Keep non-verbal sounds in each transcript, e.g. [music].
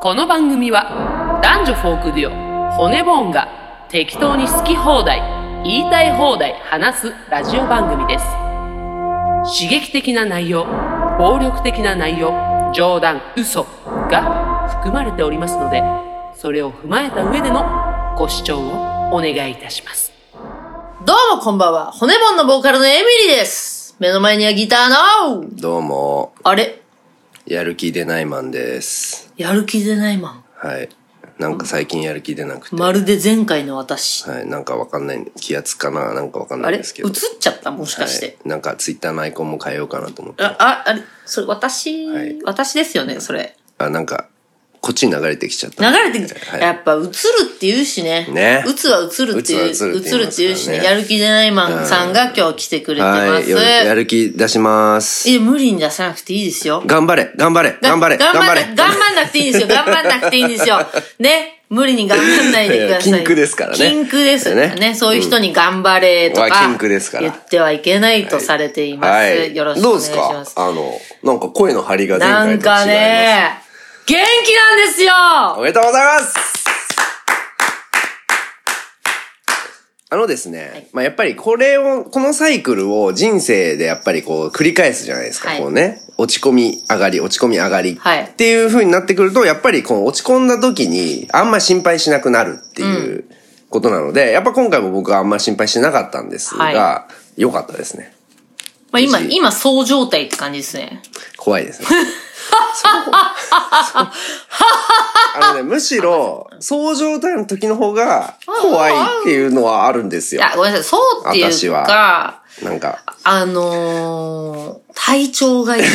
この番組は男女フォークデュオ骨ボーンが適当に好き放題言いたい放題話すラジオ番組です刺激的な内容暴力的な内容冗談嘘が含まれておりますのでそれを踏まえた上でのご視聴をお願いいたしますどうもこんばんは、骨盆のボーカルのエミリーです。目の前にはギターの、どうも、あれやる気出ないマンです。やる気出ないマはい。なんか最近やる気出なくて。ン。まるで前回の私。はい。なんかわかんない。気圧かななんかわかんあないれで映っすけど。ちゃったもしかして。はい。なんかツイッターのアイコンも変えようかなと思って。あ、あ、あれそれ私、はい私ですよね、それ。あ、なんか、こっちに流れてきちゃっ流た。れてきて、はいやっぱ映るって言うしね。ねうつは映るっていう、うつは映うるってつって言いますからね言うしね。やる気出ないマンさんが今日来てくれてまはす。い。よやる気出します。いや、無理に出さなくていいですよ。頑張れ頑張れが頑張れ頑頑張張れれ頑張んなくていいんですよ。頑張んなくていいんですよ。 [laughs] ね。無理に頑張んないでください。いや禁句ですからね禁句ですね。ねそういう人に頑張れとうんか。は禁句ですから言ってはいけないとされています。はい。よろしくどおう願でいしすかます。あの、なんか声の張りが前な回と違いんます。かね、元気なんですよおめでとうございますあのですね、まあやっぱりこれを、このサイクルを人生でやっぱりこう繰り返すじゃないですか、はいこうね、落ち込み上がり、落ち込み上がりはいっていう風になってくると、やっぱりこの落ち込んだ時にあんま心配しなくなるっていううことなので、やっぱ今回も僕はあんま心配してなかったんですはが、良、かったですね。まあ、今、嬉しい今、そう状態って感じですね。怖いですね。 [laughs] そうあのね、むしろ、そう状態の時の方が怖いっていうのはあるんですいよ。や、ごめんなさい。そうっていう私かは、なんか、あのー、体調 [laughs] がいい。は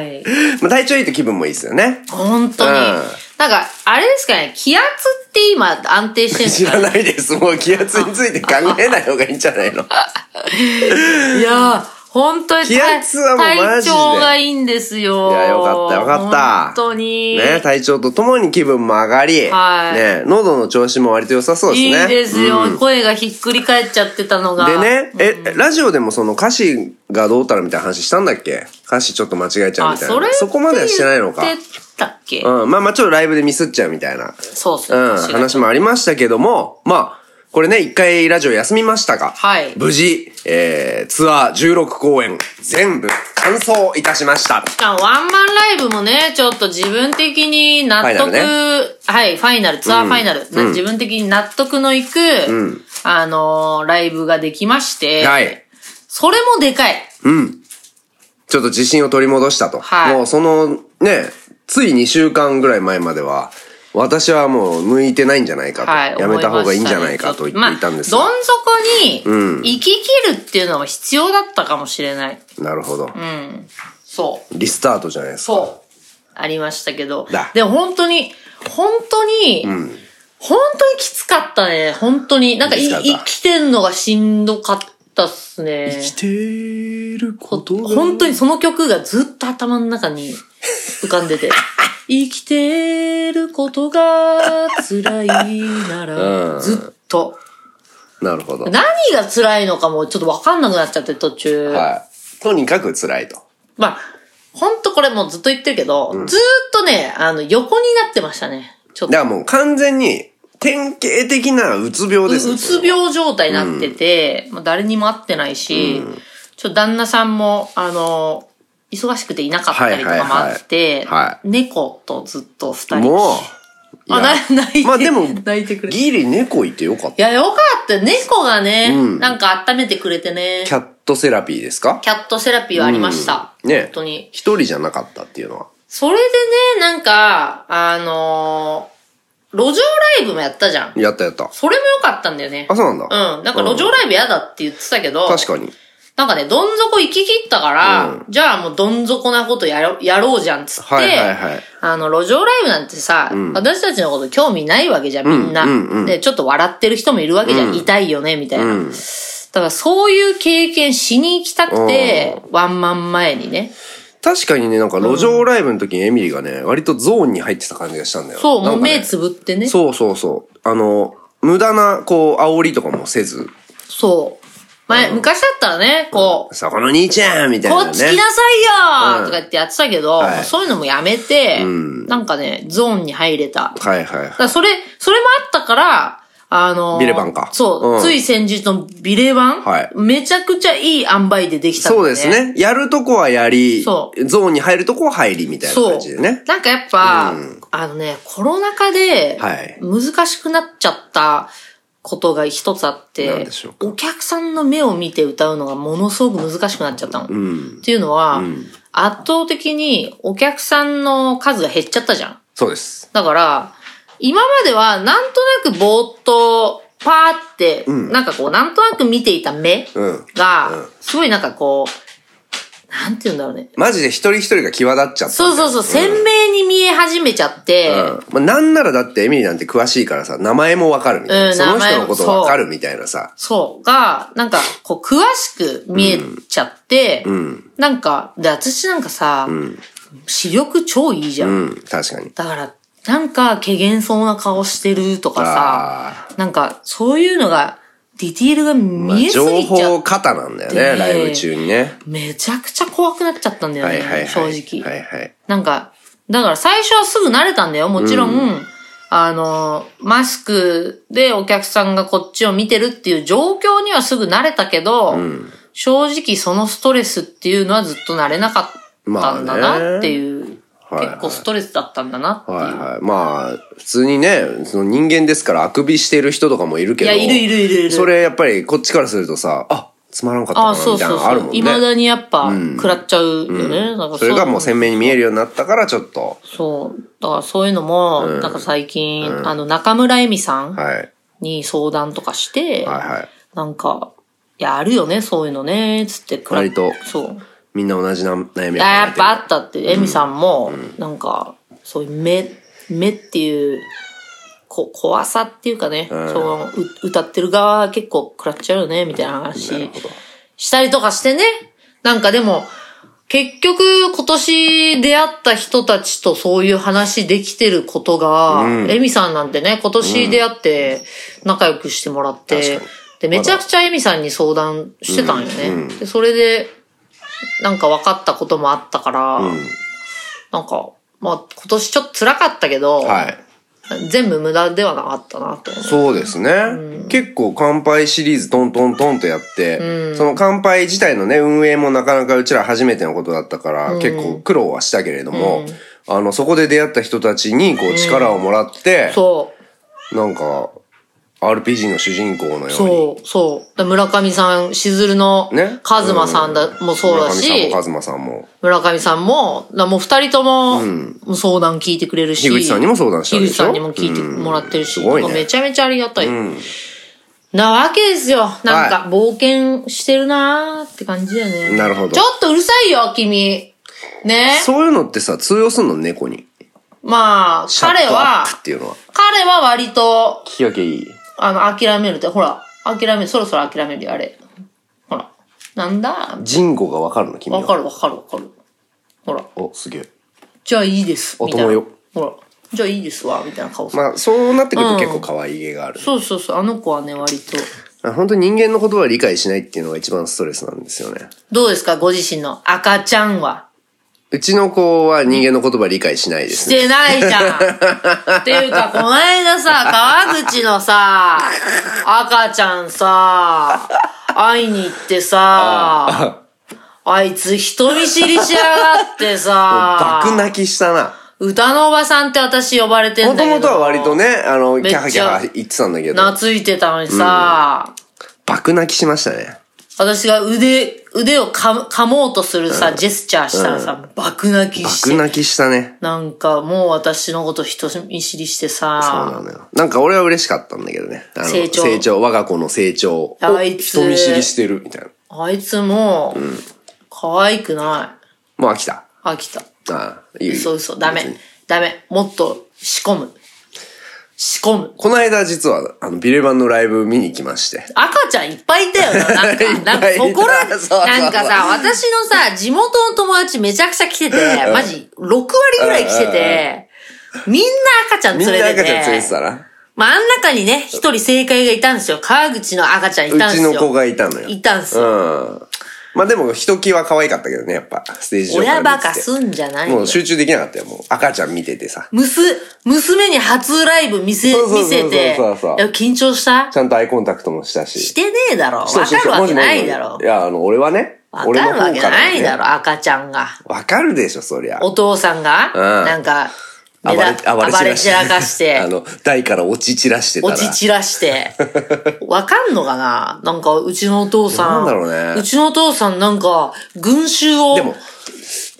い。まあ、体調いいと気分もいいですよね。本当に。うんなんか、あれですかね、気圧って今安定してるんです [laughs] 知からないです。もう気圧について考えない方がいいんじゃないのいやー、本当に気圧はもうマ体ジで調がいいんですよ。いやよかったよかった本当に。ね、体調とともに気分も上がり、はいね、喉の調子も割と良さそうですいいね。ですよ、うん声がひっくり返っちゃってたのが。でね、え、ラジオでもその歌詞がどうたらみたいな話したんだっけ歌詞ちょっと間違えちゃうあ、みたいそれな。そこまではしてないのかっ。て言ってたっけ、うん、まあまあちょっとライブでミスっちゃうみたいな、そうそうう。ん、知ら話もありましたけども、まあ、これね、一回ラジオ休みましたが、はい無事、えー、ツアー16公演全部完走いたしました。しかもワンマンライブもね、ちょっと自分的に納得、ファイナはい、ファイナル、ツアーファイナル、な自分的に納得のいく、あのーライブができまして、はい。それもでかい。ちょっと自信を取り戻したと。はいもうその、ね、つい2週間ぐらい前までは、私はもう向いてないんじゃないかと。はい、やめた方がいいんじゃないかと思言ましたっねていたんですが、まあ、どん底に、生き切るっていうのは必要だったかもしれない。なるほど、そう。リスタートじゃないですか。そう。ありましたけどだ。でも本当に、本当に、本当にきつかったね。本当に。なんかいきつかった生きてんのがしんどかったっすね。生きてることが本当にその曲がずっと頭の中 [laughs] に浮かんでて。生きてることが辛いなうら、んずっと。なるほど。何が辛いのかもちょっとわかんなくなっちゃって途中。はい。とにかく辛いと。まあ、ほんとこれもうずっと言ってるけど、ずーっとね、あの、横になってましたね。ちょっだと。からもう完全に典型的なうつ病うですねうつ病状態になってて、まあ誰にも会ってないし、ちょっと旦那さんも、あの、忙しくていなかったりとかもあって、はいはいはいはい猫とずっと二人きり。もう。あ、いやな泣いて、まあでも、泣いてくれいギリ猫いてよかった。や、よかったよ。猫がね、うんなんか温めてくれてね。キャットセラピーですかキャットセラピーはありました。うんね本当に。一人じゃなかったっていうのは。それでね、なんか、あのー路上ライブもやったじゃん。やったやった。それも良かったんだよね。あ、そうなんだ。うん。なんか路上ライブ嫌だって言ってたけど、確かに。なんかね、どん底行き切ったから、うんじゃあもうどん底なことやろやろうじゃんっつって、はいはいはいあの、路上ライブなんてさ、私たちのこと興味ないわけじゃん、みんな、うんうんうんで、ちょっと笑ってる人もいるわけじゃん、痛いよね、みたいな。うん。だからそういう経験しに行きたくて、ワンマン前にね。確かにね、なんか路上ライブの時にエミリーがね、割とゾーンに入ってた感じがしたんだよ。そう、もなうんかね目つぶってね。そうそうそう。あの、無駄な、こう、煽りとかもせず。そう。前、昔だったらね、こう、そこの兄ちゃんみたいこなね。っち来なさいよ、うんとか言ってやってたけど、はいもうそういうのもやめて、んなんかね、ゾーンに入れた。だはいはいはい。からそれ、それもあったから、あのービレバンかそう、うんつい先日のビレバン、はいめちゃくちゃいい塩梅でできたんそだうです。ね。やるとこはやり、ゾそーンに入るとこは入りみたいなそ感じでう。ね。なんかやっぱ、うんあのね、コロナ禍ではい、難しくなっちゃったことが一つあっなんてでしょう、かお客さんの目を見て歌うのがものすごく難しくなっちゃったの。うん。っていうのは、ん圧倒的にお客さんの数が減っちゃったじゃん。そうです。だから、今まではなんとなくぼーっと、パーって、んなんかこう、なんとなく見ていた目うんうんが、すごいなんかこう、なんて言うんだろうね。マジで一人一人が際立っちゃった。そうそうそう、鮮明に見え始めちゃって、うんまあ、なんならだってエミリーなんて詳しいからさ、名前もわかるみたいな、うんその名前人のことわかるみたいなさ。そう、が、なんか、こう、詳しく見えちゃって、うん。なんか、で、私なんかさ、ん視力超いいじゃん。うん。確かに。だから、なんか、怪げそうな顔してるとかさ、あなんか、そういうのが、ディティールがーまあ見えす情ぎちゃ報う。過多なんだよねね、えライブ中にね。めちゃくちゃ怖くなっちゃったんだよはね、いはいはい。正直。はいはい。なんか、だから最初はすぐ慣れたんだよ。もちろん、あの、マスクでお客さんがこっちを見てるっていう状況にはすぐ慣れたけど、正直そのストレスっていうのはずっと慣れなかったんだなっていう、まあね結構ストレスだったんだなっていう。はいはい。まあ、普通にね、その人間ですからあくびしてる人とかもいるけいど。や、いるいるいるいる。それやっぱりこっちからするとさ、あ、つまらんかったあかあ、なそみうたいそなうのあそるうも。んね。未だにやっぱ、食らっちゃうよね。なんかそれがもう鮮明に見えるようになったからちょっと。そう。だからそういうのも、なんか最近、あの、中村恵美さんはい。に相談とかして、はいはい。なんか、いや、あるよね、そういうのね、つって、くら割とそう。みんな同じな悩みをあやっぱあ抱ったって、エミさんも、なんか、そういう目、目っていう、こ怖さっていうかね、そのう歌ってる側は結構食らっちゃうよね、みたいな話したりとかしてね。なんかでも、結局今年出会った人たちとそういう話できてることが、エミさんなんてね、今年出会って仲良くしてもらって、確かで、めちゃくちゃエミさんに相談してたんよね。でそれで、なんか分かったこともあったから、なんか、まあ今年ちょっと辛かったけど、えてるはい。全部無駄ではなかったなと思う。そうですね、結構乾杯シリーズトントントンとやって、その乾杯自体のね、運営もなかなかうちら初めてのことだったから、結構苦労はしたけれども、あの、そこで出会った人たちにこう力をもらって、そう。なんか、RPG の主人公のように。そう、そう。だ村上さん、しずるのね、カズマさんだ、もそうだし、村上さんもカズマさんも。村上さんも、だもう二人とも、もう相談聞いてくれるし、樋口さんにも相談したでしょ樋口さんにも聞いてもらってるし、うんすごいねなんかめちゃめちゃありがたい。なわけですよ。なんか、冒険してるなーって感じだよね。なるほどちょっとうるさいよ、君。ね。 [laughs] そういうのってさ、通用すんの猫に。まあ、シャッ彼トアはップ、っていうのは。彼は割と聞、き分けいい。あの、諦めるって、ほら、諦める、そろそろ諦めるよ、あれ。ほら。なんだジンゴがわかるの君は。わかるわかるわかる。ほら、お、すげえ。じゃあいいです。おみたい友なよ。ほら、じゃあいいですわ、みたいな顔する。まあ、そうなってくるうとん結構可愛いげがある。そうそうそう、あの子はね、割と。あ本当に人間のことは理解しないっていうのが一番ストレスなんですよね。どうですか、ご自身の赤ちゃんは。うちの子は人間の言葉理解しないでしすね。てないじゃん。っていうか、この間さ、川口のさ、赤ちゃんさ、会いに行ってさ、あいつ人見知りしやがって [laughs] さ、爆泣きしたな。歌のおばさんって私呼ばれてんだもけど。ともとは割とね、あの、キめっちャゃハキャハ言ってたんだけど、懐いてたのにさ、爆泣きしましたね。私が腕、腕をかむ噛もうとするさ、ジェスチャーしたらさ、爆泣きして。爆泣きしたね。なんかもう私のこと人見知りしてそうなさ、のよ。なんか俺は嬉しかったんだけどね。あの成長成長、我が子の成長。あいつ人見知りしてる、みたいな。あいつもう、可愛くない。もう飽きた。飽きた。ああ、いいよいい嘘よ嘘、ダ別にメ。ダメ。もっと仕込む。仕込む。この間実は、あの、ビレバンのライブ見に来まして。赤ちゃんいっぱいいたよな。なん [laughs] いっぱいいか、なたんかそこら、そうそうそうなんかさ、私のさ、地元の友達めちゃくちゃ来てて、マジ6割ぐらい来てて、みんな赤ちゃんみん連なれ赤てちゃん連れてて、たな。まあ、あん中にね、一人正解がいたんですよ。川口の赤ちゃんいたんうでちすよ。の子がいたのよ。いたんすうよ。ん。まあでも、ひときわ可愛かったけどね、やっぱ、ステージ上から親見てて。バカすんじゃないもよう。集中できなかったよ、もう。赤ちゃん見ててさ。むす、娘に初ライブ見せ、そうそ見うそうそせうて。いそうそうそうや緊張したちゃんとアイコンタクトもしたし。してねえだろ。わそうかそうるそうわけないだろもしもしもし。いや、あの、俺はね。わ俺かのる方わけないだからねろ、赤ちゃんが。わかるでしょ、そりゃ。お父さんが、うんなんか、暴れ、暴れ暴れ散らかして [laughs] あ、の、台から落ち散らしてたら。落ち散ら [laughs] して。わかんのかななんか、うちのお父さん。なんだろうねうちのお父さんなんか、群衆をでも、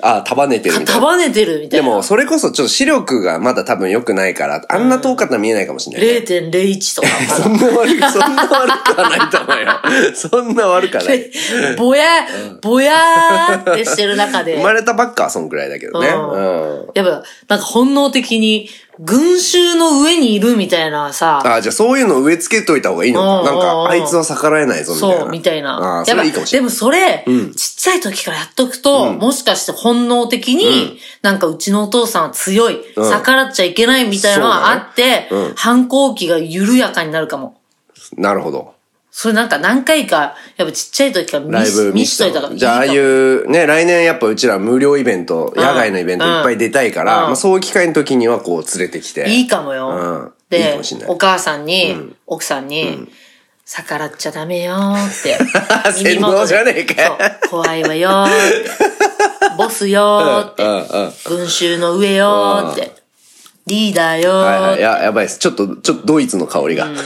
あ、束ねてるみたいな。束ねてるみたいでな。も、それこそちょっと視力がまだ多分良くないから、あんな遠かったら見えないかもしれないね。 0.01とか。 [laughs] そんな悪く、そんな悪くはないと思うよ。そんな悪くはない。 [laughs] ぼや、ぼやーってしてる中で [laughs] 生。まれたばっかはそんくらいだけどね。うんうん。やっぱ、なんか本能的に、群衆の上にいるみたいなさ、あ、じゃあそういうの植え付けといた方がいいのうんか。なんうんうんか、あいつは逆らえないぞ、みたいな。そう、みたいな。あーそれはいいかもしれやっなぱい。でもそれ、うんちっちゃい時からやっとくと、もしかして本能的に、なんかうちのお父さんは強い、うん逆らっちゃいけないみたいなのがあって、そうだねうん反抗期が緩やかになるかも。なるほど。それなんか何回か、やっぱちっちゃい時から見ライしブ見しといたから。。じゃあ、ああいうう、ね、来年やっぱうちら無料イベント、野外のイベントいっぱい出たいから、うんまあ、そういう機会の時にはこう連れてきて。いいかもよ。うんいいかでもしんないお母さんに、奥さんに、逆らっちゃダメよー [laughs] って。洗脳じゃねえかよそう怖いわよー [laughs] って。ボスよーって。うんうん。群衆の上よーって。リーダーよはいーはっい。いて。や、やばいです。ちょっと、ちょっとドイツの香りが。というわ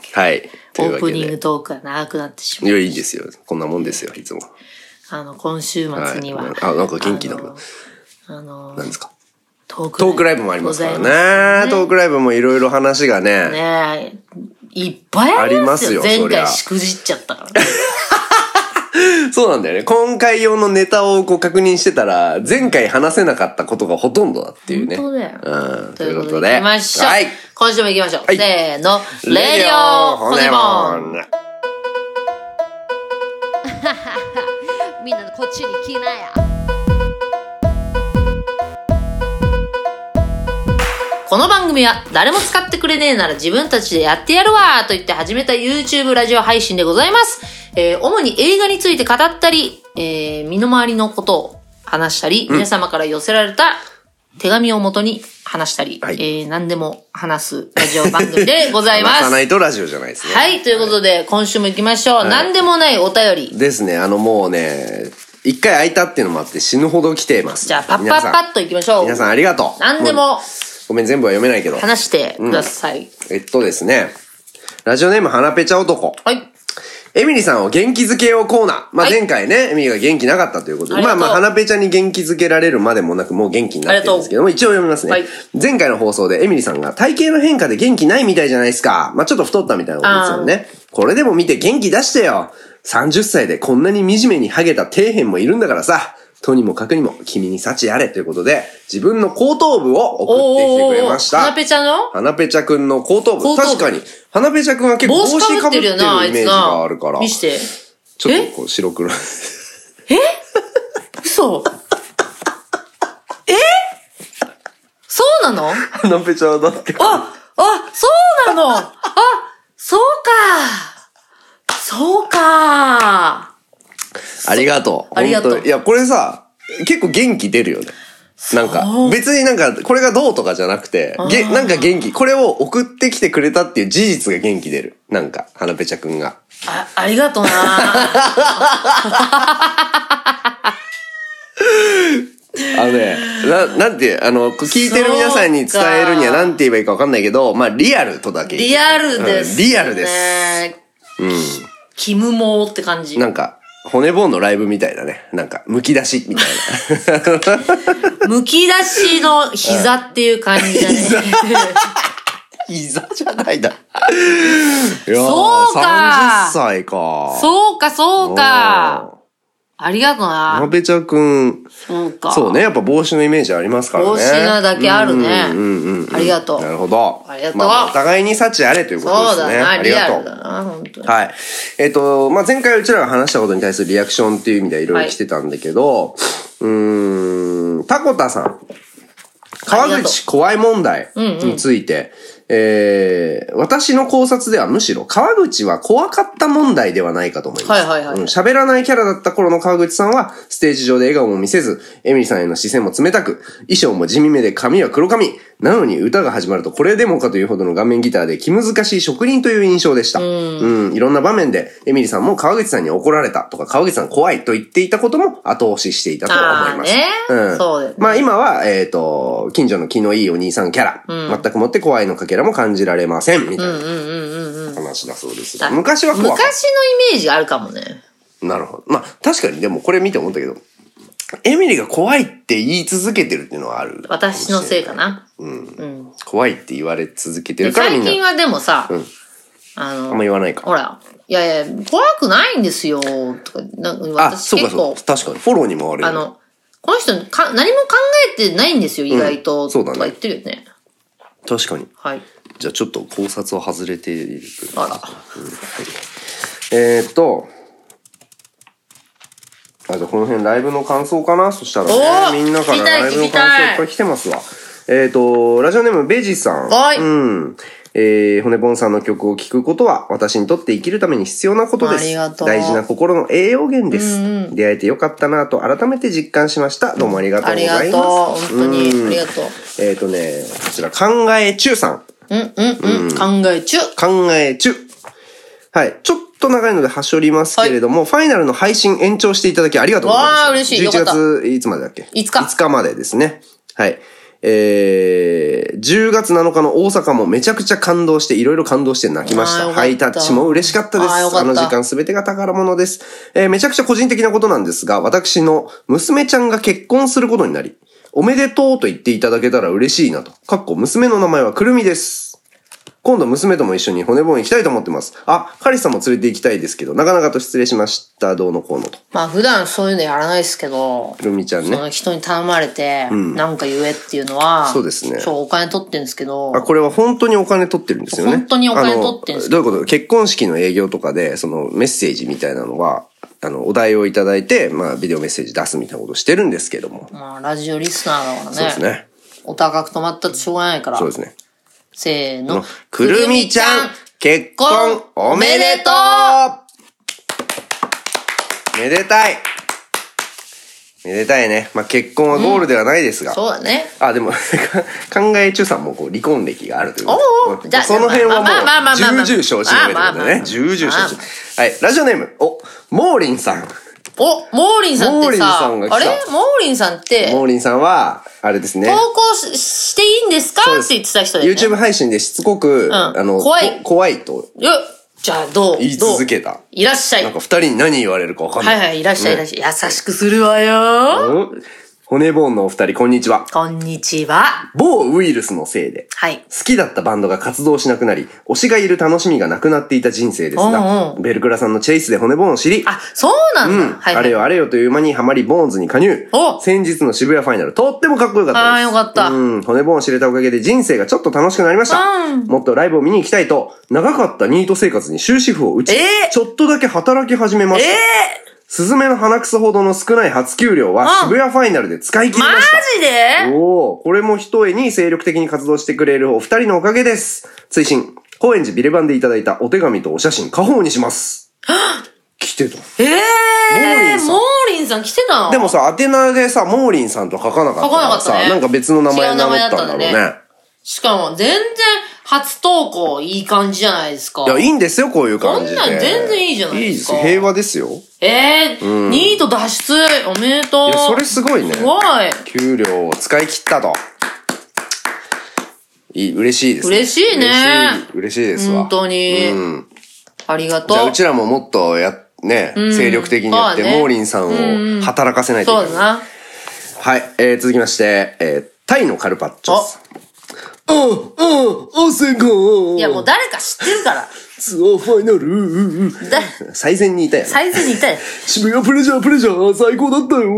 け [laughs] はい。といオうわープけニングで。トークが長くなってしいまう。や、いいですよ。こんなもんですよ、いつも。あの、今週末には。はいあなんか元気だなあの、あのなんですか。トークトークライブもありますかございらね。トークライブもいろいろ話がね。ますねえいっぱいありますよ。ありますよそ前りゃ回しくじっちゃったから。そうなんだよね。今回用のネタをこう確認してたら、前回話せなかったことがほとんどだっていうね。本当だようん。とといいううここととで。で、行きましょう。はい。今週も行きましょう。はいせーの、レディオ骨ボンンみんなこっちに来なやこの番組は、誰も使ってくれねえなら自分たちでやってやるわと言って始めた YouTube ラジオ配信でございます。えー主に映画について語ったり、えー身の回りのことを話したり、皆様から寄せられた手紙をもとに話したり、はいえー何でも話すラジオ番組でございま [laughs] 話す。さないとラジオじゃないですね。はい、ということで、今週も行きましょう。何でもないお便り。ですね。あのもうね、一回空いたっていうのもあって死ぬほど来てます。じゃあ、パッパ皆さッんパッと行きましょう。皆さんありがとう。何でもごめん、全部は読めないけど。話してください。えっとですね。ラジオネーム、はなぺちゃ男。はい。エミリさんを元気づけようコーナー。まあ、はい前回ね、エミリが元気なかったということあで。りがとまあうまあ、花ペちゃんに元気づけられるまでもなく、もう元気になってるんですけども、一応読みますね、はい前回の放送でエミリさんが体型の変化で元気ないみたいじゃないですか。まあ、ちょっと太ったみたいなことですよね。これでも見て元気出してよ。30歳でこんなに惨めにハゲた底辺もいるんだからさ。とにもかくにも君に幸あれということで、自分の後頭部を送ってきてくれました。花ペちゃんの花ペチャくんの後頭部。後頭部確かに。花ペチャくんは結帽構子帽子かかぶぶっっるよててるイな、あいメつージな。があるから。見して。ちょっとこう白黒。嘘。えそうなの花ペチャだって。あ、あ、そうなのあ、そうか。そうか。ありがとう。 [laughs] ありがとう本当にいや、これさ、結構元気出るよね。なんかそう、別になんか、これがどうとかじゃなくて、げなんか元気。これを送ってきてくれたっていう事実が元気出る。なんか、花ペチャくんが。あ、ありがとうな。 [laughs] あのね、な、なんて、あの、聞いてる皆さんに伝えるにはなんて言えばいいかわかんないけど、まあ、リアルとだけ言う。リアルです、うんリアルです。ね。キムモーって感じな。んか、骨ボーンのライブみたいだね。なんか、剥き出しみたいな。むき出しの膝っていう感じだね。膝じゃないだ。いやーそうか30歳か。そうか、そうか。ありがとううん。なな。べちゃくん、そうか。そうね、やっぱ帽子のイメージありますからね。帽子なだけあるねうんうんうんうんありがとうなるほど。ありがとうまあ、お互いに幸あれということでそうすだね。な、ありリがアとルうだ。な、本当に。はい。えっ、と、まあ、前回うちらが話したことに対するリアクションっていう意味ではいろいろ来てたんだけど、うーん、タコタさん。川口怖い問題について、えー私の考察ではむしろ川口は怖かった問題ではないかと思います。はいはいはいうん喋らないキャラだった頃の川口さんは、ステージ上で笑顔も見せず、エミリさんへの視線も冷たく、衣装も地味めで髪は黒髪。なのに歌が始まるとこれでもかというほどの顔面ギターで気難しい職人という印象でした。うん,、いろんな場面で、エミリさんも川口さんに怒られたとか、川口さん怖いと言っていたことも後押ししていたと思います。あーねん、そうだよねまあ今は、えっ、と、近所の気のいいお兄さんキャラ。全くもって怖いのかけらも感じられません。みたいな話だそうです。昔は昔の怖かっイメージがあるかもね。た。なるほど。まあ確かにでもこれ見て思ったけど、エミリが怖いって言い続けてるっていうのはある。私のせいかな。怖いって言われ続けてでるからみ最んな近、はでもさ、うんああんまの、言わないか。ほら、いやいや、怖くないんですよ、とか、なんかあ、私そうか結そ構うか。、確かに。フォローにもあるよあね。の、この人か、何も考えてないんですよ、意外と、うんそうだねとか言ってるよね。確かに。はい。じゃあちょっと考察を外れているというあら。えー、っと、あ、じゃあこの辺ライブの感想かなそしたおらーね、みんなから聞きたいライブ聞のきたい感想いっぱい来てますわ。えー、っと、ラジオネームベジさん。はいうん。えー、骨盆さんの曲を聴くことは、私にとって生きるために必要なことです。ありがとう大事な心の栄養源です。出会えてよかったなと改めて実感しました。どうもありがとあうござりいまがす。とう。本当にう。んありがとう。えー、っとね、こちら、考え中さん。うん、うん、うん。考え中。考え中。はい。ちょっと長いので端折りますけれども、ファイナルの配信延長していただきありがとうございます。わー嬉しいよかった11月、いつまでだっけいつか5日までですね。はい。えー、10月7日の大阪もめちゃくちゃ感動して、いろいろ感動して泣きましあーた。よかったハイタッチも嬉しかったであす。ーよあかったの時間すべてが宝物です、えーめちゃくちゃ個人的なことなんですが、私の娘ちゃんが結婚することになり、おめでとうと言っていただけたら嬉しいなと。かっこ娘の名前はくるみです。今度娘とも一緒に骨盆行きたいと思ってます。あ、カリスさんも連れて行きたいですけど、なかなかと失礼しました。どうのこうのと。まあ普段そういうのやらないですけど、ルミちゃんそのね。人に頼まれて、なんか言えっていうのは、そうですねそう、お金取ってるんですけど、あ、これは本当にお金取ってるんですよね。本当にお金あの取ってるんですどういうこと結婚式の営業とかで、そのメッセージみたいなのは、あの、お題をいただいて、まあ、ビデオメッセージ出すみたいなことしてるんですけども。まあラジオリスナーだからね、そうですね。お高く止まったってしょうがないから、そうですね。せーあのの、くるみちゃん、結婚おめでとうめでたいめでたいね。まあ、結婚はゴールではないですが。そうだね。あ、でも、 [laughs] か考え中さんもこう離婚歴があるということでおうおううんじゃあその辺はもうまあまあまあまあまあ、重々承知の上でまあごまあまざあまあいね。重々承ま知。はい、ラジオネーム、お、モーリンさん。お、モーリンさんってさ、モーリンさんが来たあれモーリンさんって、モーリンさんは、あれですね。投稿ししていいんですかそうでっすて言ってた人だよね。 YouTube 配信でしつこく、んあの、怖いこ怖いとよっじゃあどう言い続けどたう。いらっしゃい。なんかは二人に何言われるかわかんない。いはい、いらっしゃい、いらっししゃい。優しくするわよ。ゃい。骨ボーンのお二人、こんにちは。こんにちは。某ウイルスのせいで、はい。好きだったバンドが活動しなくなり、推しがいる楽しみがなくなっていた人生ですが、うんうんベルクラさんのチェイスで骨ボーンを知り、あ、そうなんだ。うんはい、あれよあれよという間にハマりボーンズに加入お。先日の渋谷ファイナル、とってもかっこよかったです。あーよかったうん、骨ボーンを知れたおかげで人生がちょっと楽しくなりました。うんもっとライブを見に行きたいと、長かったニート生活に終止符を打ち、えーちょっとだけ働き始めまえした。えスズメの鼻くそほどの少ない初給料はうん渋谷ファイナルで使い切りマました。ジでおお、これも一重に精力的に活動してくれるお二人のおかげです。追伸、高円寺ビレバンでいただいたお手紙とお写真、家宝にします。来てた。ええモーリンさんモーリンさん来てたのでもさ、宛名でさ、モーリンさんと書かなかったら書かなかったねさ、なんか別の名前に名乗ったんだろう違ねう名前だ。しかも全然初投稿いい感じじゃないですかい。や、いいんですよ、こういう感じで。こんなん全然いいじゃないですかいいです平和ですよ。いええニート脱出おめでとう。や、それすごいね。すごい。給料を使い切ったと。いい、嬉しいです、嬉しいね嬉しい、嬉しいですわ。本当にうん。ありがとじう。ゃあ、うちらももっとや、ね、精力的にやって、そうだねモーリンさんを働かせないといけそ。ないだうな。はい、えー、続きまして、えー、タイのカルパッチョさん。うん、うん、おせごいやもう誰か知ってるから。ツアーファイナル。だ最前にいたやん。サイズにいたよ。渋谷プレジャープレジャー最高だったよ。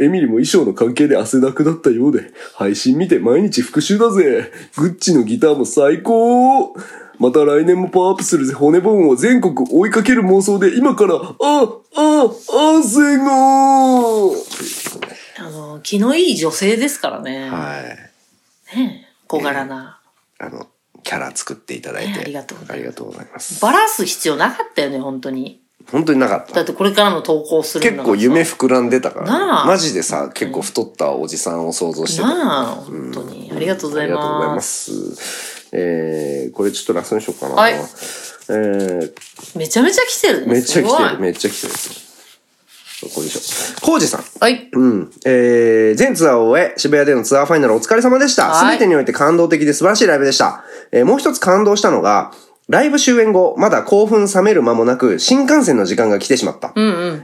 エミリも衣装の関係で汗だくだったようで、配信見て毎日復習だぜ。グッチのギターも最高。また来年もパワーアップするぜ、骨盆を全国追いかける妄想で今から、あ、あ、汗があの、気のいい女性ですからね。はい。ねえ小柄な。あの、キャラ作っていただいて。ええありがとうございますありがとうございます。バラす必要なかったよね、本当に。本当になかっ。だったてこれからの投稿するん結だから構さ夢膨らんでたから、なあマジでさ、結構太ったおじさんを想像してた。なあ、本当に。ありがとうございありがとうございま。ますす。えー、これちょっとラストにしようかな。はいえー、めちゃめちゃ来てるね。めっちゃ来てする、ごいめっちゃ来てる。これでしょ。コウジさん。はい。うん。えー、全ツアーを終え、渋谷でのツアーファイナルお疲れ様でした。はすいべてにおいて感動的で素晴らしいライブでした。えー、もう一つ感動したのが、ライブ終演後、まだ興奮冷める間もなく、新幹線の時間が来てしまった。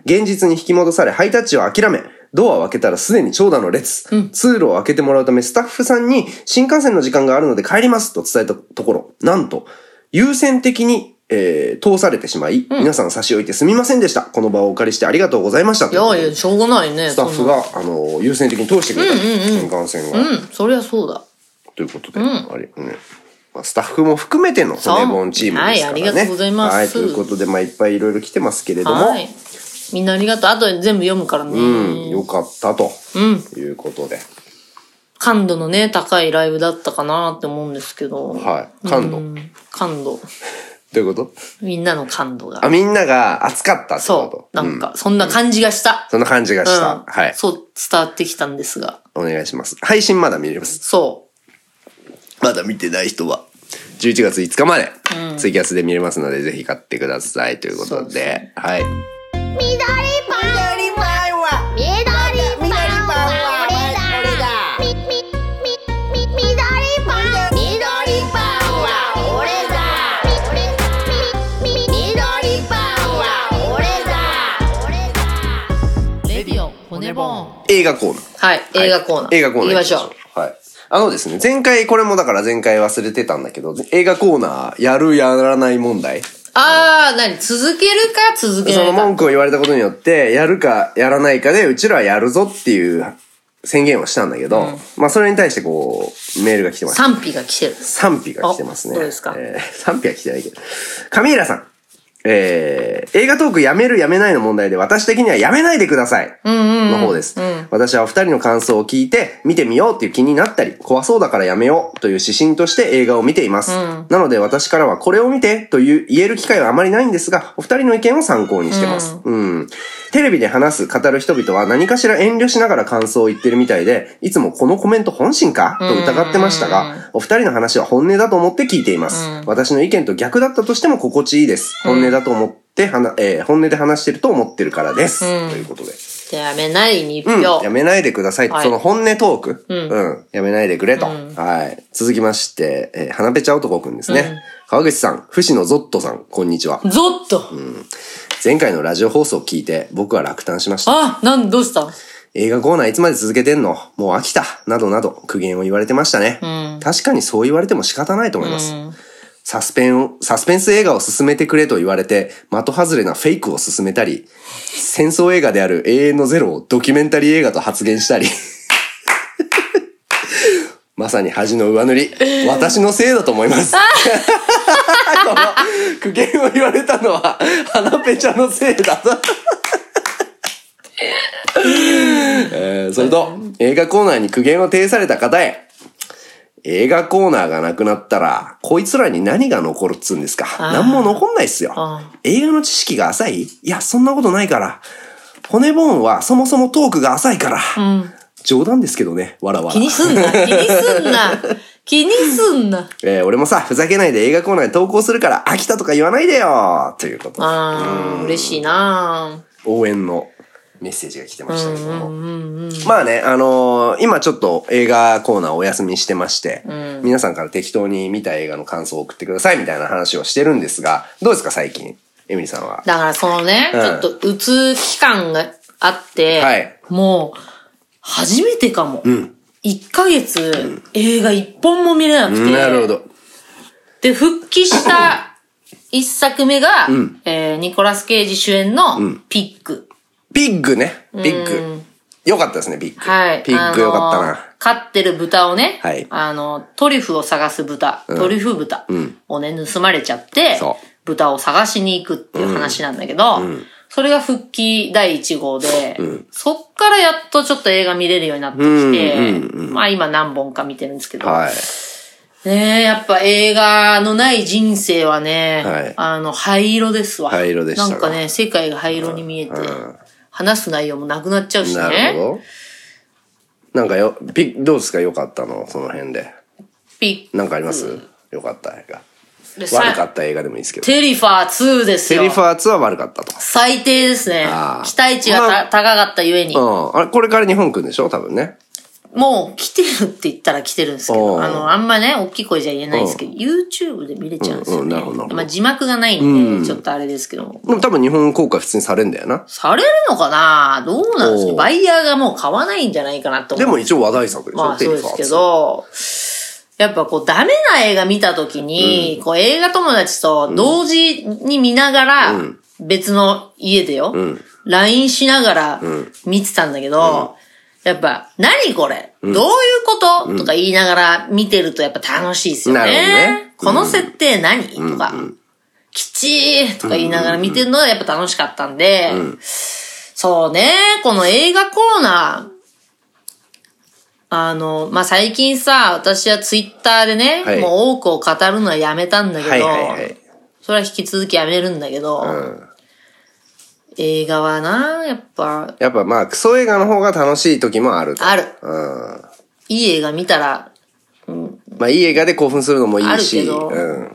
現実に引き戻され、ハイタッチを諦め、ドアを開けたらすでに長蛇の列。通路を開けてもらうため、スタッフさんに、新幹線の時間があるので帰りますと伝えたところ、なんと、優先的に、えー通されてしまい、皆さん差し置いてすみませんでした。この場をお借りしてありがとうございました。いやいや、しょうがないね。スタッフが、あの、優先的に通してくれた。新幹線そが、んな。うん、そりゃそうだ。ということで、あれ、ね。まあ、スタッフも含めてのそう骨ボンチームですかはいあらね。りがとうございますはい、ということで、まあ、いっぱいいろいろ来てますけれども、はい。みんなありがとう。あとで全部読むからね。うん、よかったと、いうことで、感度のね、高いライブだったかなって思うんですけど。はい、感度。うどん感度。ういうことみんなの感度あ、が。みんなが熱かったってそことう。なんか、そんな感じがした。そんな感じがした、うんはい。そう、伝わってきたんですが。お願いします。配信まだ見れます。そまだ見てない人は、11月5日まで、ツイキャスで見れますので、ぜひ買ってください。ということそうで、ですはい。緑パン左パンは緑パン緑パンはは俺だ俺だみみみみ緑パン緑パンは俺だみみみみ緑パンは俺だ俺だレディオ骨ボーン映画コーナー。はい。映画コーナー。映画コーナー行きましょう。う。はい。あのですね、前回、これもだから前回忘れてたんだけど、映画コーナー、やるやらない問題。あー、なに続けるか続けそなのいか。文句を言われたことによって、やるかやらないかで、うちらはやるぞっていう宣言をしたんだけど、まあそれに対してこう、メールが来てます。賛否が来てる。賛否が来てますね。あそうですかえー賛否は来てないけど。上平さん。えー、映画トークやめるやめないの問題で私的にはやめないでくださいの方です。私はお二人の感想を聞いて見てみようっていう気になったり怖そうだからやめようという指針として映画を見ています。なので私からはこれを見てという言える機会はあまりないんですがお二人の意見を参考にしてます。うんテレビで話す、語る人々は何かしら遠慮しながら感想を言ってるみたいで、いつもこのコメント本心かと疑ってましたが、お二人の話は本音だと思って聞いています。私の意見と逆だったとしても心地いいです。本音だと思って、はなえー本音で話してると思ってるからです。ということで。やめないに一うん、票。やめないでください。はいその本音トーク、うんんやめないでくれと。はい。続きまして、えー、花ぺちゃ男くんですね。川口さん、節野ゾットさん、こんにちは。ゾッと。前回のラジオ放送を聞いて、僕は落胆しました。あ、なん、どうした映画コーナーいつまで続けてんのもう飽きたなどなど苦言を言われてましたね、確かにそう言われても仕方ないと思います、サスペンを、サスペンス映画を進めてくれと言われて、的外れなフェイクを進めたり、戦争映画である永遠のゼロをドキュメンタリー映画と発言したり、まさに恥の上塗り、私のせいだと思います。この苦言を言われたのは、花ペチャのせいだと。えーそれと、映画コーナーに苦言を呈された方へ、映画コーナーがなくなったら、こいつらに何が残るっつうんですか。何も残んないっすよあ。映画の知識が浅いいや、そんなことないから。骨ボーンはそもそもトークが浅いから。冗談ですけどね、わらわら。気にす [laughs] んな、気にすんな。気にすんな。えー俺もさ、ふざけないで映画コーナーに投稿するから、飽きたとか言わないでよということで。あー、嬉しいな応援のメッセージが来てましたけども。まあね、あのー今ちょっと映画コーナーお休みしてまして、皆さんから適当に見た映画の感想を送ってくださいみたいな話をしてるんですが、どうですか最近エミリさんは。だからそのね、うんちょっとうつ期間があって、はいもう、初めてかも。1ヶ月、映画1本も見れなくて。なるほど。で、復帰した1作目が、えーニコラス・ケイジ主演のピック。ピッグね。ピッグ。よかったですね、ピッグ。はい。ピッグよかっあたのーな。飼ってる豚をね、はいあの、トリュフを探す豚、トリュフ豚をね、盗まれちゃってそう、豚を探しに行くっていう話なんだけど、そそれが復帰第1号で、そっからやっとちょっと映画見れるようになってきて、うんうんまあ今何本か見てるんですけど、はい。ねえ、やっぱ映画のない人生はね、はいあの、灰色ですわ。灰色でしたかなんかね、世界が灰色に見えて、ん話す内容もなくなっちゃうしね。なるほど。なんかよ、ピどうですかよかったのその辺で。ピッなんかありますよかった映画。でさ悪かった映画でもいいですけど。テリファー2ですテよ。リファー2は悪かったと。最低ですねあ。ー期待値がた、まあ高かったゆえに、うん。あれ、これから日本来るんでしょ多分ね。もう来てるって言ったら来てるんですけおど、うあの、あんまね、大きい声じゃ言えないですけど、YouTube で見れちゃうんですよ、ねうんうんなるほどなるほどまあ字幕がないんで、ちょっとあれですけども。でも多分日本公開普通にされんだよな。されるのかなどうなんですおかうバイヤーがもう買わないんじゃないかなと思でう。も一応話題作でしょ、まあテそうリでファーすけ。2ど、やっぱこうダメな映画見たときに、こう映画友達と同時に見ながら、別の家でよ、LINE しながら見てたんだけど、やっぱ、何これ、どういうこと、とか言いながら見てるとやっぱ楽しいですよね。なるほどねこの設定何、とか、きちーとか言いながら見てるのがやっぱ楽しかったんで、そうね、この映画コーナー、あの、まあ、最近さ、私はツイッターでね、はいもう多くを語るのはやめたんだけど、はいはいはい。それは引き続きやめるんだけど、うん。映画はな、やっぱ、やっぱまあ、クソ映画の方が楽しい時もあると。ある。うん。いい映画見たら、まあ、いい映画で興奮するのもいいあし。るけどうん。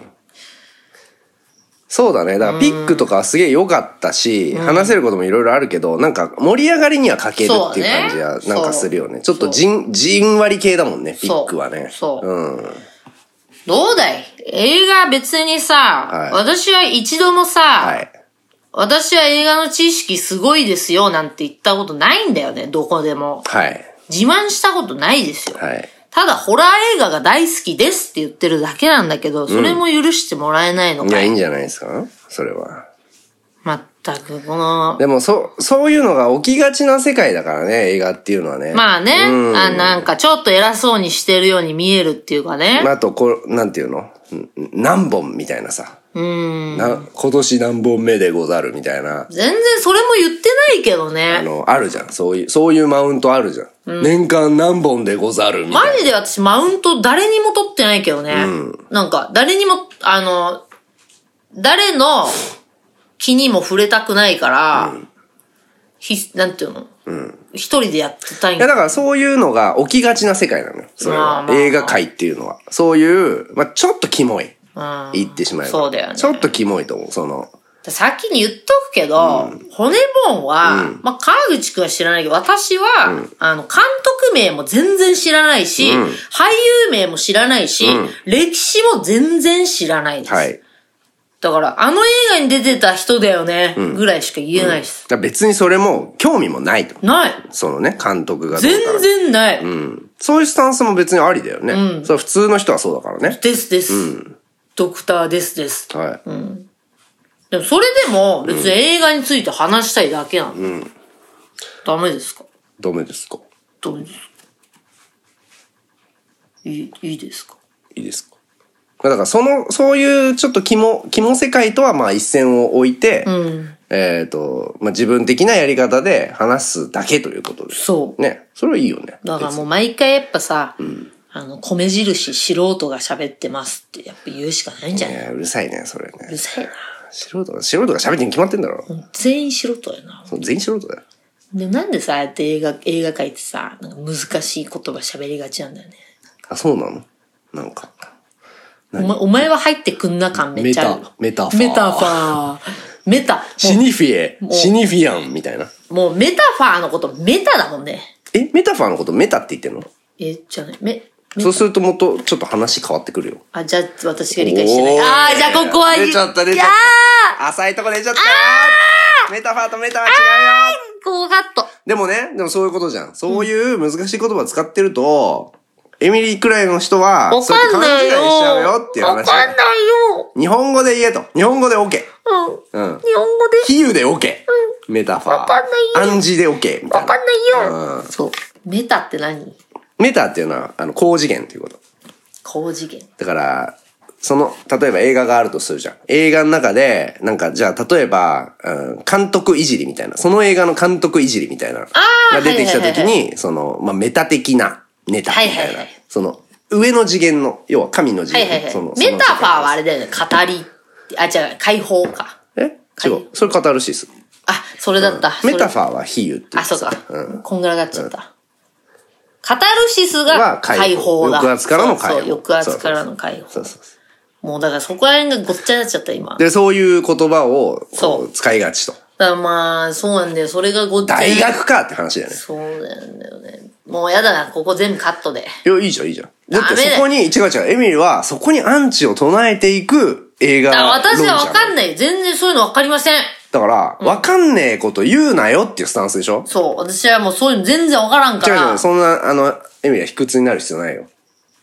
そうだね。だから、ピックとかはすげえ良かったし、話せることもいろいろあるけど、なんか、盛り上がりには欠けるっていう感じは、そうねなんかするよね。ちそょうっとじん、じんわり系だもんね、ピそうックはね。そううん。どうだい映画別にさ、はい私は一度もさ、はい。私は映画の知識すごいですよなんて言ったことないんだよね、どこでも。はい。自慢したことないですよ。はい。ただ、ホラー映画が大好きですって言ってるだけなんだけど、それも許してもらえないのいや、かいい、いんじゃないですかそれは。まったく、この、でも、そ、そういうのが起きがちな世界だからね、映画っていうのはね。まあね、うんあ、なんかちょっと偉そうにしてるように見えるっていうかね。あと、こう、なんていうのん何本みたいなさ。うん。な今年何本目でござるみたいな。全然それも言ってないけどあね。の、あるじゃん。そういう、そういうマウントあるじゃん。年間何本でござるみたいな。マジで私マウント誰にも取ってないけどね。なんか誰にも、あの、誰の気にも触れたくないから、ひ、なんていうの、一人でやってたいんいや、だからそういうのが起きがちな世界なのよ。それはまあまあ映画界っていうのは。そういう、まあちょっとキモい。うん言ってしまえば。そうだよねちょっとキモいと思う。その、先に言っとくけど、骨盆は、まあ、川口くんは知らないけど、私は、あの、監督名も全然知らないし、俳優名も知らないし、歴史も全然知らないです。はい。だから、あの映画に出てた人だよね、ぐらいしか言えないです。だから別にそれも興味もないと。ないそのね、監督がどうか全。ら然ない、うん。そういうスタンスも別にありだよね。それは普通の人はそうだからね。ですです、ドクターですです。はい。でも、それでも、別に映画について話したいだけなの。ダメですかダメですかどうですかいい、いいですかいいですかまあだからその、そういうちょっと肝、肝世界とはまあ一線を置いて、えっ、と、まあ自分的なやり方で話すだけということです。そう。ね。それはいいよね。だからもう毎回やっぱさ、あの、米印素人が喋ってますってやっぱ言うしかないんじゃいないやうるさいね、それうるね。さいな。素人が、素人が喋ってに決まってんだろ。全員素人やな。そう全員素人だよ。でもなんでさ、ああやって映画、映画界ってさ、なんか難しい言葉喋りがちなんだよね。あ、そうなのなんか。お前お前は入ってくんな感めっちゃある。メタメタフメタファァーー。メタ。シニフィエ、うシニフィアンみたいな。もう、もうメタファーのことメタだもんね。え、メタファーのことメタって言ってんのえ、じゃない。め、めそうするともっとちょっと話変わってくるよ。あ、じゃあ私が理解してなおい。ーああ、じゃあここは出ちゃった出ちゃいったや浅いとこ出ちゃったよメタファーとメタは違うよーここカット。でもね、でもそういうことじゃん。そういう難しい言葉使ってると、エミリーくらいの人は、わそうやっかてん勘な違いいしよ。ちゃうよっていうわ話。かんないよ。日本語で言えと。日本語で OK。うん。うん。日本語で。比喩で OK。メタファー。わかんない暗示で OK みたわいな。かんないよ。うんそう。メタって何メタっていうのは、あの、高次元っていうこと。高次元。だから、その、例えば映画があるとするじゃん。映画の中で、なんか、じゃあ、例えば、うん、監督いじりみたいな、その映画の監督いじりみたいな、が出てきた時はいはに、その、まあ、メタ的なネタみたいな、はいはいはいその、上の次元の、要は神のは次い元。はいはいその。メタファーはあれれだよね。語り。あ、違う、解放か。え違う。それカタルシス。あ、それだった。メタファーァーは比喩っていうあ、そうか。んこんぐらいになっちゃった。カタルシスはが解解放放だ。抑圧からの解そう放そう抑圧からの解そ放う。そうそもうだからそこら辺がごっちゃになっちゃった、今。う。で、そういう言葉を、そこう、う使いがちと。だからまあ、そうなんだよ。それがごっちゃ大に学かって話だよね。そうなんだよね。もうやだな、ここ全部カットで。いや、いいじゃん、いいじゃん。だっダメてだよそこに、違う違う、エミリーはそこにアンチを唱えていく映画あ私は論わ者なかのんない。全然そういうのわかりません。だから、わかんねえこと言うなよっていうスタンスでしょそう。私はもうそういうの全然わからんか違うら。違う、そんな、あの、エミリーは卑屈になる必要ないよ。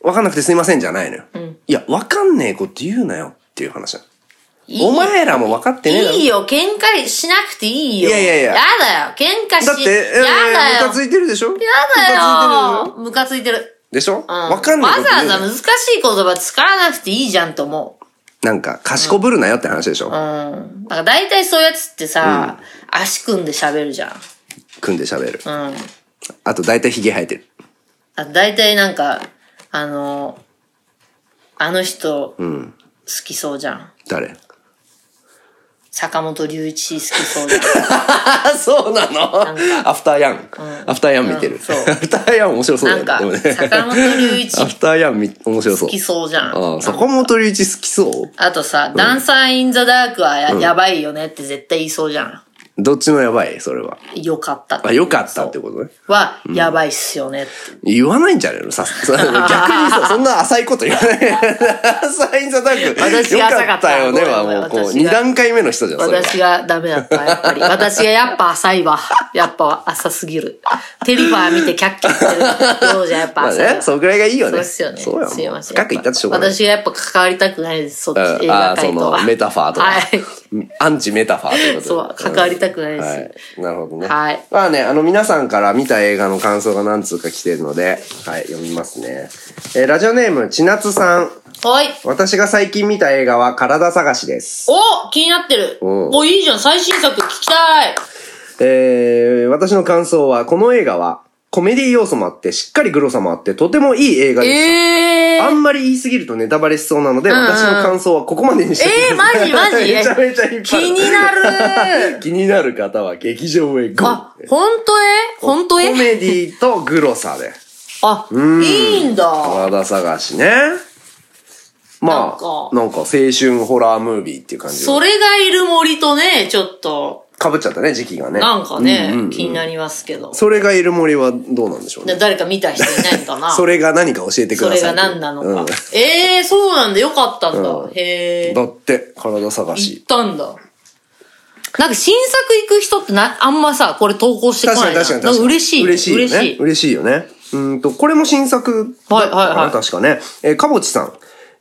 わかんなくてすいませんじゃないのよ。いや、わかんねえこと言うなよっていう話だ。いいお前らもわかってねえだろ。いいよ、喧嘩しなくていいよ。いやいやいややだよ、喧嘩し。だって、やえームだカよ。ついてるでしょややだよ。ムカついてる。でしょうんわかんなわいことざ言わうなざよ難しい言葉使わなくていいじゃんと思う。なんか、賢ぶるなよって話でしょうん。だから大体そういうやつってさ、足組んで喋るじゃん。組んで喋る。うん。あと、大体ヒゲ生えてる。あ大体なんか、あの、あの人、ん好きそうじゃん。誰坂本龍一好きそうじゃ [laughs] ん。あ、そうなんのアフターヤン。アフターヤン見てうる。ん [laughs] そうアフターヤン面白そうだなよんね。かでも坂ね、本龍一アフターヤンみ面白そう。好きそうじゃん。ああ、坂本龍一好きそあとさ、ダンサーインザダークはや,、やばいよねって絶対言いそうじゃん。うどっちのやばいそれは。よかったってあ、よかったってことね。は、やばいっすよねって。言わないんじゃないの [laughs] さ、さ逆にさ、そんな浅いこと言わない。浅いんじゃなく、私よが浅かかっったたよねはごめんもう、こう、私二が段階目の人じゃん、それは。私がダメだった、やっ [laughs] ぱり。私がやっぱ浅いわ。やっぱ浅すぎる。テリファー見てキャッキャってるようじゃやっぱまあ浅いわ。ね、そのぐらいがいいよそうね。っすよね。そうやもんすいません。深く言ったってしょうがない。私がやっぱ関わりたくないです、そっち、うん映あ画あ、界そとは。の、メタファーとか。はい。アンチメタファーということでそう、関わりたくないです。はい。なるほどね。はいまあね、あの、皆さんから見た映画の感想が何通か来てるので、はい、読みますね。えーラジオネーム、ちなつさん。はい。私が最近見た映画は、体探しです。お気になってる。うんお、いいじゃん。最新作聞きたい。えー、私の感想は、この映画は、コメディ要素もあって、しっかりグロさもあって、とてもいい映画です。ええあんまり言いすぎるとネタバレしそうなので、んうん私の感想はここまでにしてえー、マジマジ [laughs] めちゃめちゃ引っ張気になる [laughs] 気になる方は劇場へ GO! あ、ほんとえほんとコメえディとグロさで。あ、んいいんだ。体探しね。まあ、なんか青春ホラームービーっていう感じ。それがいる森とね、ちょっと、かぶっちゃったね、時期がね。なんかね、うんうんうん気になりますけど。それがいる森はどうなんでしょうでね。誰か見た人いないのかな [laughs] それが何か教えてそください。れが何なのか。うんええそうなんだ。よかったんだ。うんへえ。だって、体探行しっ。たんだ。なんか新作行く人ってな、あんまさ、これ投稿してこ確ないかにな。確かに確かなんに。嬉しい。嬉しいよね。嬉し嬉しいよね。うんと、これも新作だったかな、はいはいはい確かね。えー、かぼちさん。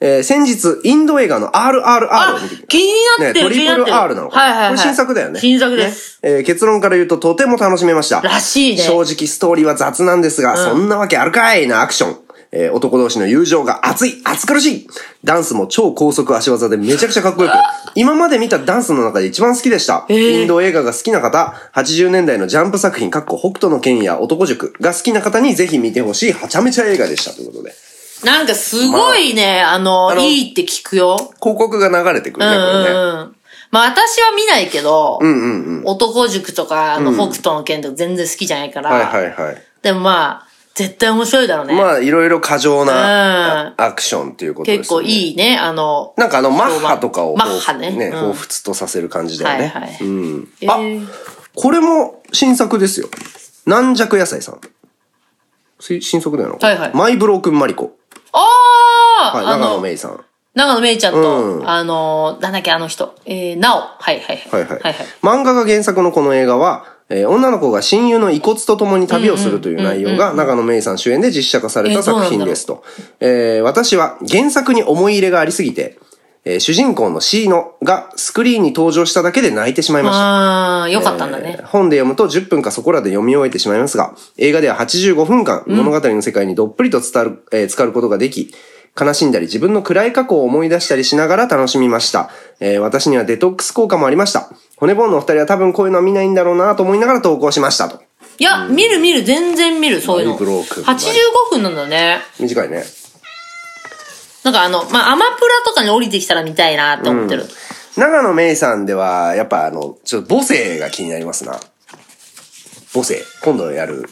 えー先日、インド映画の RRR をあ見てきた、気になね、ってトる、気リにプなってルる。 R なのかなはいはい、はい。これ新作だよね。新作です。ねえー結論から言うととても楽しめました。らしいね正直ストーリーは雑なんですが、そんなわけあるかいなアクション。えー男同士の友情が熱い、熱苦しい。ダンスも超高速足技でめちゃくちゃかっこ [laughs] よく。今まで見たダンスの中で一番好きでした。インド映画が好きな方、80年代のジャンプ作品、かっこ北斗の剣や男塾が好きな方にぜひ見てほしい、はちゃめちゃ映画でした。ということで。なんかすごいね、あの、あのいいって聞くよ。広告が流れてくうるんね、うこれね。んうん。まあ私は見ないけど、うんうんうん。男塾とか、あの、北斗の剣とか全然好きじゃないから、はいはいはい。でもまあ、絶対面白いだろうね。まあ、いろいろ過剰うんなアクションっていうことですね。結構いいね、あの、なんかあの、マッハとかを、マッハねこうね、うん彷彿とさせる感じだよね。はいはいうん。えあ、ーこれも新作ですよ。軟弱野菜さん。し新作だよな。はいはいマイブロー君マリコ。あー、はい、あ長野の、めいさん。長野めいちゃんと、うんあの、なんだっけ、あの人、えー、なお。はいはいは。はいいはい。漫画が原作のこの映画は、えー女の子が親友の遺骨と共に旅をするという内容が長野めいさん主演で実写化されえたーそう作なんだろう品ですと。えー私は原作に思い入れがありすぎて、えー主人公のシーノがスクリーンに登場しただけで泣いてしまいました。あー、よかったんだねえ。ー本で読むと10分かそこらで読み終えてしまいますが、映画では85分間、物語の世界にどっぷりと伝わる、えー浸かることができ、悲しんだり自分の暗い過去を思い出したりしながら楽しみました。えー私にはデトックス効果もありました。骨ボーンのお二人は多分こういうのは見ないんだろうなと思いながら投稿しましたと。いや、見る見る、全然見る、そういうの。マイブローク85分なんだね。短いね。なんかあの、まあ、アマプラとかに降りてきたら見たいなって思ってる。長野めいさんでは、やっぱあの、ちょっと母性が気になりますな。母性。今度やる。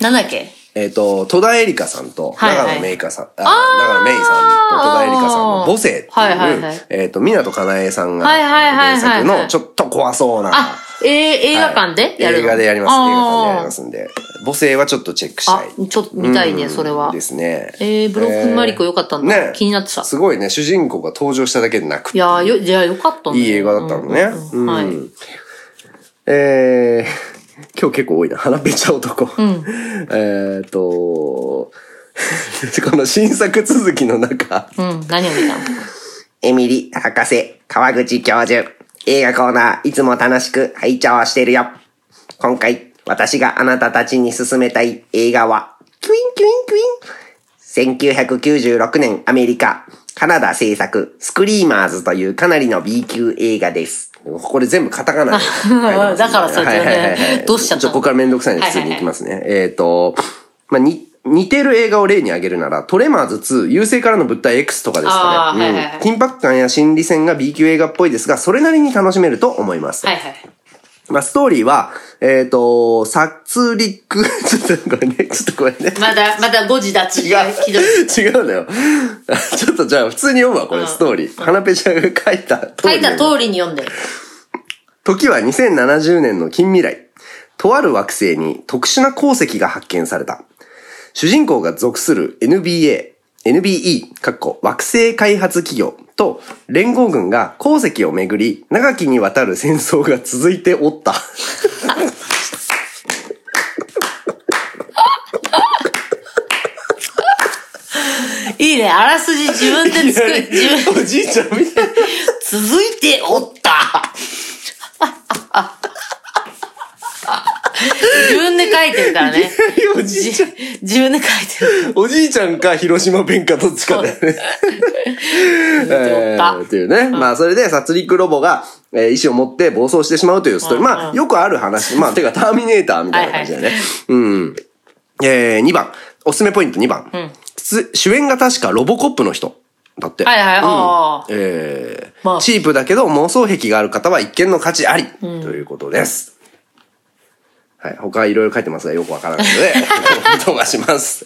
なんだっけえっ、と、戸田恵梨香さんと、はいはい長野めいかさん、あ長野めいさんと戸田恵梨香さんの母性っていう、はいはいはいえっ、と、港かなえさんがはいはいはいはいは原い作のちょっと怖そうな。あ、えー、映画館でやるの、映画でやります。映画館でやりまあすんで。母性はちょっとチェックしたい。ーあ、ちょっと見たいね、それは。ですね。えーブロックンマリコ良かったんだね気になってたすごいね、主人公が登場しただけでなくいやーよ、じゃあよかったね。いい映画だったのね。うんうんうんはい。えー、 [laughs] 今日結構多いな。鼻ぺちゃ男。 [laughs] えーっと、 [laughs] この新作続きの中、うん、何を見たのエミリ博士、川口教授、映画コーナー、いつも楽しく拝聴しているよ。今回、私があなたたちに勧めたい映画は、キュインキュインキュイン。1996年アメリカ、カナダ制作、スクリーマーズというかなりの B 級映画です。これ全部カタカナで書いてますだからそれはいはいはい全然どうしちゃったのょここからめんどくさいんで普通に行きますね。えっ、と、まあ、に、似てる映画を例に挙げるなら、トレマーズ2、優勢からの物体 X とかですあーかね。はいはいはい緊迫感や心理戦が B 級映画っぽいですが、それなりに楽しめると思います。はいはい。まあ、ストーリーは、えっ、と、殺戮、 [laughs] ちょっとごめんね、ちょっとごめんね。まだ、まだ5時だち。違。ひどいう違うんだよ。 [laughs] ちょっとじゃあ普通に読むわ、これ、ストーリー。花ペちゃんが書いた通書り。いた通りに読んで。時は2070年の近未来。とある惑星に特殊な鉱石が発見された。主人公が属する NBA、NBE、かっこ惑星開発企業と連合軍が鉱石をめぐり、長きにわたる戦争が続いておった。いいね、あらすじ自分で作る、自分、おじいちゃんみたい。続いてお [laughs] った。自分で書いてるからね。おじいちゃん。自分で書いてる。 [laughs] おじいちゃんか広島弁かどっちかだよ [laughs] ね。えたー、というね。まあ、それで殺戮ロボが、えー意志を持って暴走してしまうというストーリー。うんうんまあ、よくある話。まあ、てか、ターミネーターみたいな感じだよね。うん。えー、2番。おすすめポイント2番。つ主演が確かロボコップの人。だって。はいはい、ああ。えーまあチープだけど妄想癖がある方は一見の価値あり、ということです。はい。他いろいろ書いてますがよくわからないので、 [laughs] お飛ばします。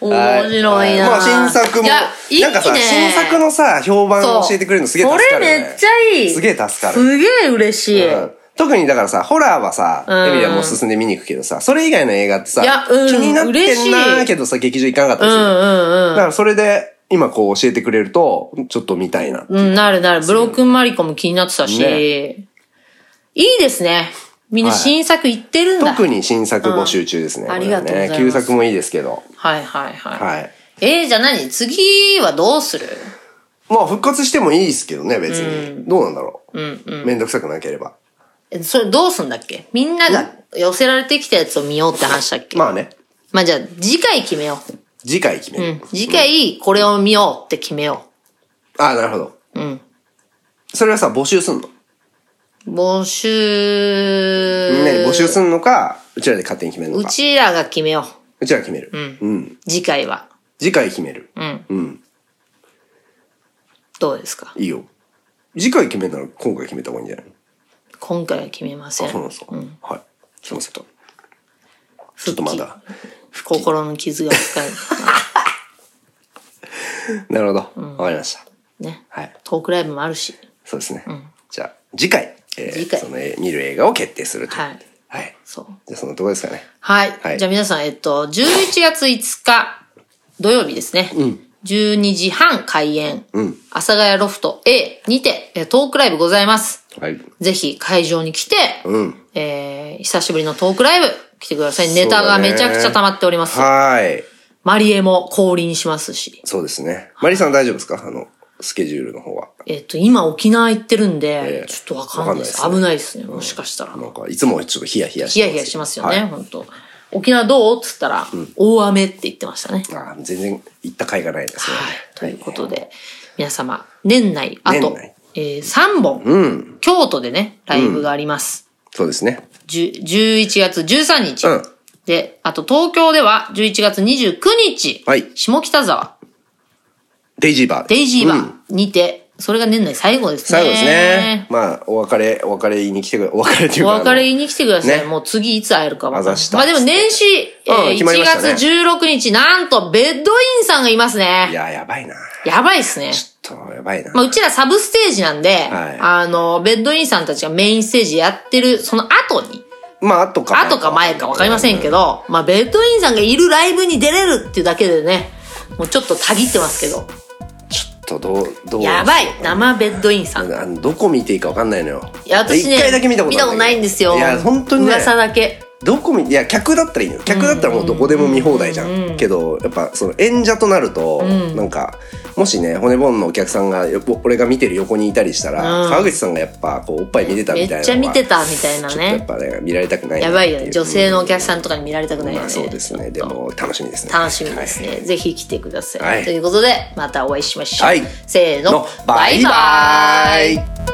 面白いな。まあ新作も。いや、いいね。なんかさ、新作のさ、評判を教えてくれるのすげえ助かる、ね。これめっちゃいい。すげえ助かる。すげえ嬉しい。うん特にだからさ、ホラーはさ、うんエミリはもう進んで見に行くけどさ、それ以外の映画ってさ、いやうん気になって嬉しんいなーけどさ、劇場行かなかったうりんする。うんうんだからそれで、今こう教えてくれると、ちょっと見たいな。。うん、なるなる。ブロークンマリコも気になってたし。ねいいですね。みんなはい新作行ってるんだ。特に新作募集中ですうんね。これあはりがとうございますね。旧作もいいですけど。はいはいはい。はい。えー、じゃあ何次はどうするまあ復活してもいいですけどね、別に。どうなんだろう。めんどくさくなければ。えそれどうすんだっけみんなが寄せられてきたやつを見ようって話だっけまあね、まあじゃあ次回決めよ次回決めう。うる。ん。次回これを見ようって決めよああ、なるほど。んそれはさ、募集すんのう。募集。みんなに募集るすんのか、うちらで勝手に決めるのうか。ちらが決めよう。うちらが決める。うん。次回は。次回決める。んうん。どうですかいいよ。次回決めたら今回決めた方がいいんじゃない今回は決めませあ、そうなんん。ですか。はい。すいません。ちょっと復ま帰だ。心の傷が [laughs] 深い。なるほど。わかりました。ね。はい。トークライブもあるし。そうですね。じゃあ、次回、えー次回そのえー見る映画を決定すると。ははいい。そう。じゃあ、そのとこですかね。はい。はいじゃあ皆さん、えっと、11月5日土曜日ですね。12時半開演。阿佐ヶ谷ロフト A にて、えートークライブございます。はい。ぜひ会場に来て、うんえー久しぶりのトークライブ来てください。ねネタがめちゃくちゃ溜まっております。はい。マリエも降臨しますし。そうですね。マリさん大丈夫ですかあの、スケジュールの方は。えっ、と、今沖縄行ってるんで、ええちょっとわかんないです。わかん危なないいですね、もしかしたら。なんか、いつもちょっとヒヤヒヤヒヤヒヤしますよね、はい本当沖縄どうっつったら、大雨って言ってましたね。あー全然行った甲斐がないですね。ということで、皆様、年内、あ年と内、えー、3本、うん。京都でね、ライブがあります。そうですね。じゅ11月13日。うんで、あと東京では11月29日。はい下北沢、デイジーバー。デイジーバうんーにて、それが年内最後ですね。最後ですね。。まあ、お別れ、お別れ言いに来てくれ、お別れというおか。別れ言いに来てください。ねもう次いつ会えるかわかんなあざしい。たまあでも年始、えうんー決まり1ましたね月16日、なんとベッドインさんがいますあのいね。や、やばいな。やばいっすね。ちょっと、やばいな。まあ、うちらサブステージなんで、はいあの、ベッドインさんたちがメインステージやってる、その後に、まあ、後か。後か前か分かりませんけど、まあ、ベッドインさんがいるライブに出れるっていうだけでね、もうちょっとたぎってますけど、ちょっと、どう、どう。やばい生ベッドインさん。いあのどこ見ていいかわかんないのよ。や、私ね、一回だけ見たことあるだけどないんですよ。いや、本当にね。噂だけ。どこ見、いや、客だったらいいのよ。客だったらもうどこでも見放題じゃん。けど、やっぱ、その演者となると、なんか、もしね、骨盆のお客さんが、よ俺が見てる横にいたりしたら、うん川口さんがやっぱ、こう、おっぱい見てためみたいなのが。っちゃ見てたみたいなちょっとやっね。ぱね、見られたくないなやってう。ばいよね。女性のお客さんとかに見られたくないよね。まあそうですね。でも楽しみですね。楽しみですね。ぜひ来てください。はいということで、またお会いしましょう。はいせーはい。のの、バイバイ。バイバイ